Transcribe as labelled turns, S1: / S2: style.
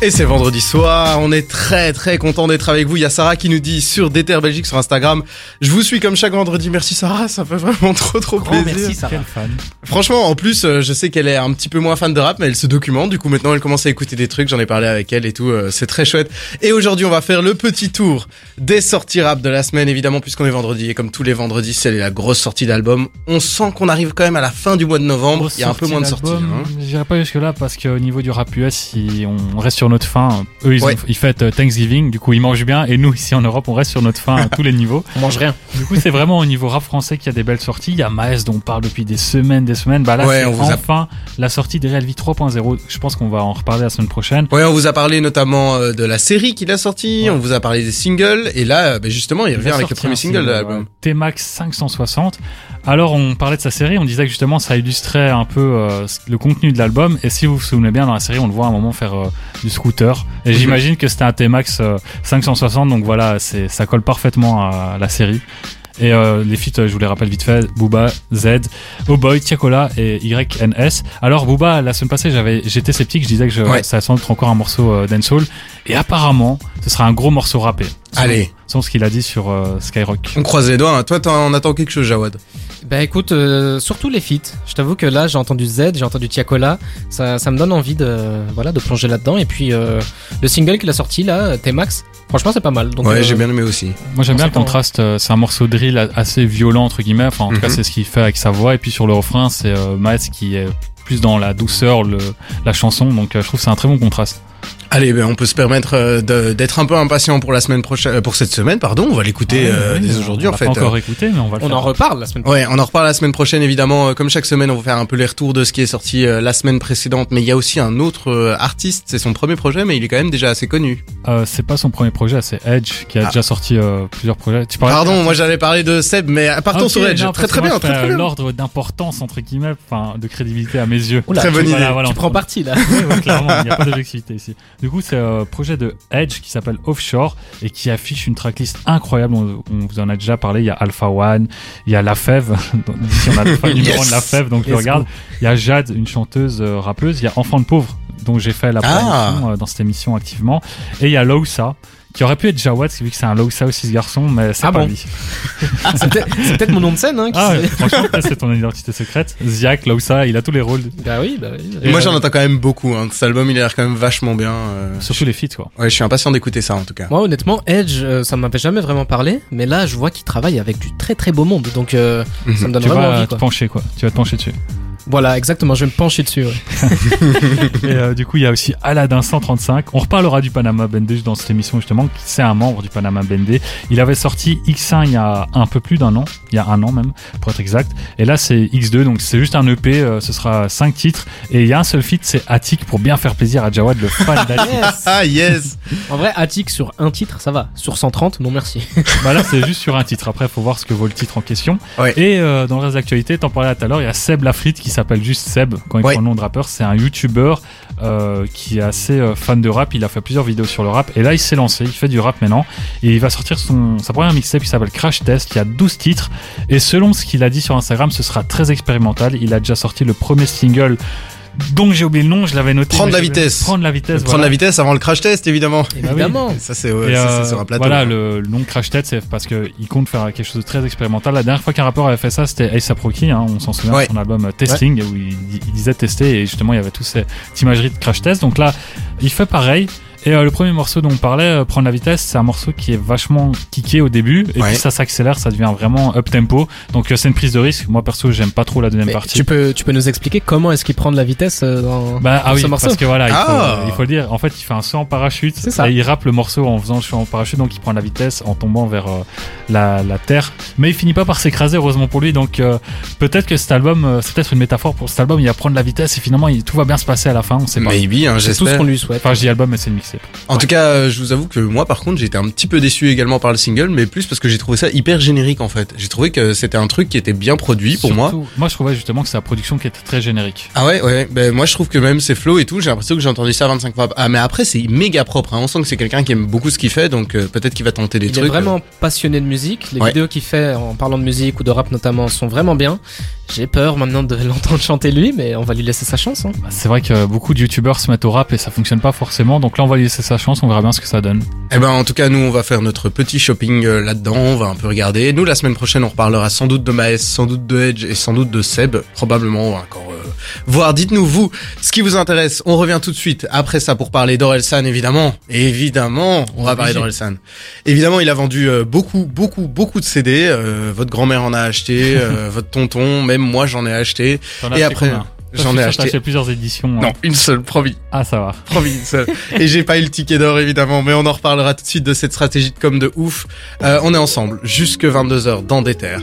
S1: Et c'est vendredi soir, on est très très content d'être avec vous. Il y a Sarah qui nous dit sur Déter Belgique sur Instagram, je vous suis comme chaque vendredi. Merci Sarah, ça fait vraiment trop trop
S2: Grand
S1: plaisir.
S2: merci Sarah.
S1: Franchement, en plus, euh, je sais qu'elle est un petit peu moins fan de rap, mais elle se documente. Du coup, maintenant, elle commence à écouter des trucs. J'en ai parlé avec elle et tout. euh, c'est très chouette. Et aujourd'hui, on va faire le petit tour des sorties rap de la semaine, évidemment, puisqu'on est vendredi. Et comme tous les vendredis, c'est la grosse sortie d'album. On sent qu'on arrive quand même à la fin du mois de novembre.
S3: Grosse
S1: Il y a un peu
S3: sortie
S1: moins de sorties.
S3: d'album.
S1: hein.
S3: J'irai pas jusque là parce qu'au niveau du rap US, si on reste sur notre faim, eux ils, ont-
S1: Ouais.
S3: ils fêtent euh, Thanksgiving, du coup ils mangent bien et nous ici en Europe on reste sur notre faim à tous les niveaux.
S2: On mange rien.
S3: Du coup c'est vraiment au niveau rap français qu'il y a des belles sorties. Il y a Maes dont on parle depuis des semaines, des semaines. Bah là
S1: Ouais,
S3: c'est
S1: on vous a-
S3: enfin la sortie des Real Vie 3.0. Je pense qu'on va en reparler la semaine prochaine.
S1: Ouais, on vous a parlé notamment euh, de la série qu'il a sortie,
S3: Ouais.
S1: on vous a parlé des singles, et là, euh, ben justement, il revient
S3: va
S1: avec le
S3: sortir
S1: premier
S3: un
S1: single de l'album.
S3: ouais, T-Max 560. Alors, on parlait de sa série, on disait que justement, ça illustrait un peu euh, le contenu de l'album. Et si vous vous souvenez bien, dans la série, on le voit à un moment faire euh, du scooter. Et j'imagine que c'était un T-Max euh, 560, donc voilà, c'est ça colle parfaitement à la série. Et euh, les feats, euh, je vous les rappelle vite fait, Booba, Z, Oh Boy, Tiakola et YNS. Alors Booba, la semaine passée, j'avais, j'étais sceptique, je disais que je,
S1: Ouais.
S3: ça allait sans doute encore un morceau euh, dancehall. Et apparemment, ce sera un gros morceau rappé. Selon-
S1: Allez.
S3: Selon ce qu'il a dit sur euh, Skyrock.
S1: On croise les doigts, hein. toi, t'en- on attend quelque chose, Jawad.
S2: Bah écoute, euh, surtout les feats. Je t'avoue que là, j'ai entendu Z, j'ai entendu Tiakola. Ça, ça me donne envie de, voilà, de plonger là-dedans. Et puis euh, le single qu'il a sorti là, T-Max, franchement, c'est pas mal. Donc,
S1: Ouais,
S2: euh,
S1: j'ai bien aimé aussi.
S3: Moi j'aime bien le
S2: Conséquent.
S3: contraste, euh, c'est un morceau de drill a- assez violent entre guillemets, enfin en tout cas
S1: Mhm.
S3: c'est ce qu'il fait avec sa voix et puis sur le refrain c'est euh, Maes qui est plus dans la douceur, le, la chanson donc euh, je trouve que c'est un très bon contraste.
S1: Allez, ben, on peut se permettre euh, de- d'être un peu impatient pour la semaine prochaine, euh, pour cette semaine, pardon. On va l'écouter euh,
S3: Ouais,
S1: dès
S3: ouais,
S1: aujourd'hui,
S3: on
S1: en
S3: l'a
S1: fait. Euh,
S3: Pas encore écouté mais on va le
S2: On
S3: faire.
S2: en reparle la semaine prochaine.
S1: Ouais, on en reparle la semaine prochaine évidemment. Euh, Comme chaque semaine, on va faire un peu les retours de ce qui est sorti euh, la semaine précédente. Mais il y a aussi un autre euh, artiste, c'est son premier projet, mais il est quand même déjà assez connu.
S3: Euh, c'est pas son premier projet, c'est Edge qui a
S1: Ah.
S3: déjà sorti euh, plusieurs projets. Tu parlais
S1: Pardon, moi j'allais parler de Seb, mais euh, partons
S3: Ok,
S1: sur Edge.
S3: non,
S1: Très
S3: parce
S1: très
S3: que moi,
S1: bien,
S3: je
S1: très
S3: fais,
S1: très
S3: euh,
S1: bien.
S3: L'ordre d'importance entre guillemets, enfin de crédibilité à mes yeux.
S2: Oula,
S1: Très
S2: tu,
S1: bonne idée.
S3: Voilà, voilà,
S2: tu
S3: on-
S2: prends parti là.
S3: Oui, ouais, clairement, il n'y a pas d'objectivité ici. Du coup, c'est un projet de Edge qui s'appelle Offshore et qui affiche une tracklist incroyable. On, on vous en a déjà parlé. Il y a Alpha One, il y a La Fève. Ici, on a le fan numéro
S1: Yes.
S3: de La Fève, donc je
S2: Let's
S3: regarde. Il y a Jade, une chanteuse euh, rappeuse. Il y a Enfant de Pauvre, dont j'ai fait la
S1: Ah.
S3: promotion euh, dans cette émission activement. Et il y a Lousa, qui aurait pu être Jawad, vu que c'est un Lousa aussi ce garçon, mais c'est
S2: Ah
S3: pas
S2: bon
S3: lui.
S2: c'est peut-être c'est peut-être mon nom de scène. Hein, qui
S3: Ah,
S2: sait.
S3: ouais, franchement, peut-être c'est ton identité secrète. Ziak, Lousa, il a tous les rôles.
S2: Bah oui, bah oui.
S1: Et moi
S3: euh,
S1: j'en entends quand même beaucoup. Hein. Cet album, il a l'air quand même vachement bien. euh.
S3: Surtout les feats, quoi.
S1: Ouais, je suis impatient d'écouter ça en tout cas.
S2: Moi honnêtement, Edge, euh, ça m'avait jamais vraiment parlé, mais là je vois qu'il travaille avec du très très beau monde, donc euh,
S1: Mhm.
S2: ça me donne
S3: Tu
S2: vraiment
S3: vas
S2: envie.
S3: te
S2: Quoi.
S3: pencher, quoi. Tu vas te pencher dessus.
S2: Voilà, exactement, je vais me pencher dessus. ouais.
S3: Et euh, du coup, il y a aussi Aladdin 135. On reparlera du Panama Bendé dans cette émission, justement. qui- C'est un membre du Panama Bendé. Il avait sorti X1 il y a un peu plus d'un an. Il y a un an même, pour être exact. Et là, c'est X2. Donc, c'est juste un EP. euh, ce sera 5 titres. Et il y a un seul feat, c'est Attic, pour bien faire plaisir à Jawad, le fan d'Attic.
S1: Ah yes
S2: En vrai, Attic sur un titre, ça va. Sur 130, non merci.
S3: bah là, c'est juste sur un titre. Après, faut voir ce que vaut le titre en question.
S1: Ouais.
S3: Et euh, dans le reste de l'actualité, t'en parlais tout à l'heure, il y a Seb Lafrite qui s'appelle juste Seb quand il
S1: Ouais.
S3: prend le nom de rappeur. C'est un youtubeur euh, qui est assez euh, fan de rap. Il a fait plusieurs vidéos sur le rap. Et là, il s'est lancé. Il fait du rap maintenant. Et il va sortir son, sa première mixtape qui s'appelle Crash Test, qui a 12 titres. Et selon ce qu'il a dit sur Instagram, ce sera très expérimental. Il a déjà sorti le premier single. dont j'ai oublié le nom, je l'avais noté.
S1: Prendre
S3: mais
S1: la
S3: j'ai oublié-
S1: vitesse.
S3: Prendre la vitesse.
S1: Prendre
S3: voilà.
S1: la vitesse avant le crash test évidemment.
S3: Eh ben
S2: Évidemment.
S1: Ça c'est ouais,
S3: Et,
S1: ça, c'est
S3: euh,
S1: sur un plateau. hein.
S3: Voilà, le, le nom Crash Test, c'est parce qu'il compte faire quelque chose de très expérimental. La dernière fois qu'un rappeur avait fait ça, c'était ASAP Rocky, hein, on s'en souvient,
S1: Ouais.
S3: son album euh, Testing, où il, di- il disait tester, et justement, il y avait toute cette imagerie de Crash Test. Donc là, il fait pareil. Et euh, le premier morceau dont on parlait, euh, Prendre la vitesse, c'est un morceau qui est vachement kické au début, et
S1: Ouais.
S3: puis ça s'accélère, ça devient vraiment up tempo. Donc euh, c'est une prise de risque. Moi perso, j'aime pas trop la deuxième
S2: Mais
S3: partie.
S2: tu peux, tu peux nous expliquer comment est-ce qu'il prend de la vitesse euh, dans.
S3: Bah ah
S2: Pour
S3: oui,
S2: ce morceau.
S3: parce que voilà, il faut,
S1: Ah.
S3: euh, il faut le dire. En fait, il fait un saut en parachute
S2: C'est ça.
S3: et il rappe le morceau en faisant le saut en parachute, donc il prend de la vitesse en tombant vers euh, la, la terre. Mais il finit pas par s'écraser, heureusement pour lui. Donc euh, peut-être que cet album, euh, c'est peut-être une métaphore pour cet album. Il va prendre de la vitesse et finalement il- tout va bien se passer à la fin. On sait pas.
S1: Maybe, hein,
S2: C'est tout
S1: j'espère.
S2: ce qu'on lui souhaite.
S3: Enfin, je dis album, mais c'est une mixtape.
S1: En tout cas, euh, je vous avoue que moi, par contre, j'étais un petit peu déçu également par le single, mais plus parce que j'ai trouvé ça hyper générique en fait. J'ai trouvé que c'était un truc qui était bien produit pour moi.
S3: Surtout, Moi, je trouvais justement que c'est la production qui était très générique.
S1: Ah ouais, ouais. Ben moi, je trouve que même ses flows et tout, j'ai l'impression que j'ai entendu ça 25 fois. Ah mais après, c'est méga propre. Hein. On sent que c'est quelqu'un qui aime beaucoup ce qu'il fait, donc euh, peut-être qu'il va tenter des
S2: Il
S1: trucs. euh.
S2: est vraiment passionné de musique. Les
S1: Ouais.
S2: vidéos qu'il fait en parlant de musique ou de rap notamment sont vraiment bien. J'ai peur maintenant de l'entendre chanter lui, mais on va lui laisser sa chance. hein.
S3: Bah, C'est vrai que beaucoup de youtubeurs se mettent au rap et ça fonctionne pas forcément. Donc là, on va lui laisser sa chance, on verra bien ce que ça donne.
S1: Eh ben en tout cas nous on va faire notre petit shopping euh, là-dedans, on va un peu regarder. Nous la semaine prochaine on reparlera sans doute de Maes, sans doute de Edge et sans doute de Seb, probablement on va encore euh, voir. Dites-nous vous ce qui vous intéresse. On revient tout de suite après ça pour parler d'Orelsan évidemment. Évidemment, on va parler
S3: Obligé.
S1: d'Orelsan. Évidemment, il a vendu euh, beaucoup beaucoup beaucoup de CD, euh, votre grand-mère en a acheté, euh, votre tonton, même moi j'en ai acheté.
S3: T'en as
S1: Et
S3: acheté
S1: après
S3: combien Toi,
S1: j'en
S3: je
S1: ai
S3: suis sûr que t'as
S1: acheté
S3: acheté plusieurs éditions.
S1: non,
S3: hein.
S1: une seule promis.
S3: Ah, ça va.
S1: Promis, ça. Et j'ai pas eu le ticket d'or évidemment, mais on en reparlera tout de suite de cette stratégie de com de ouf. Euh, on est ensemble jusque 22h dans des terres.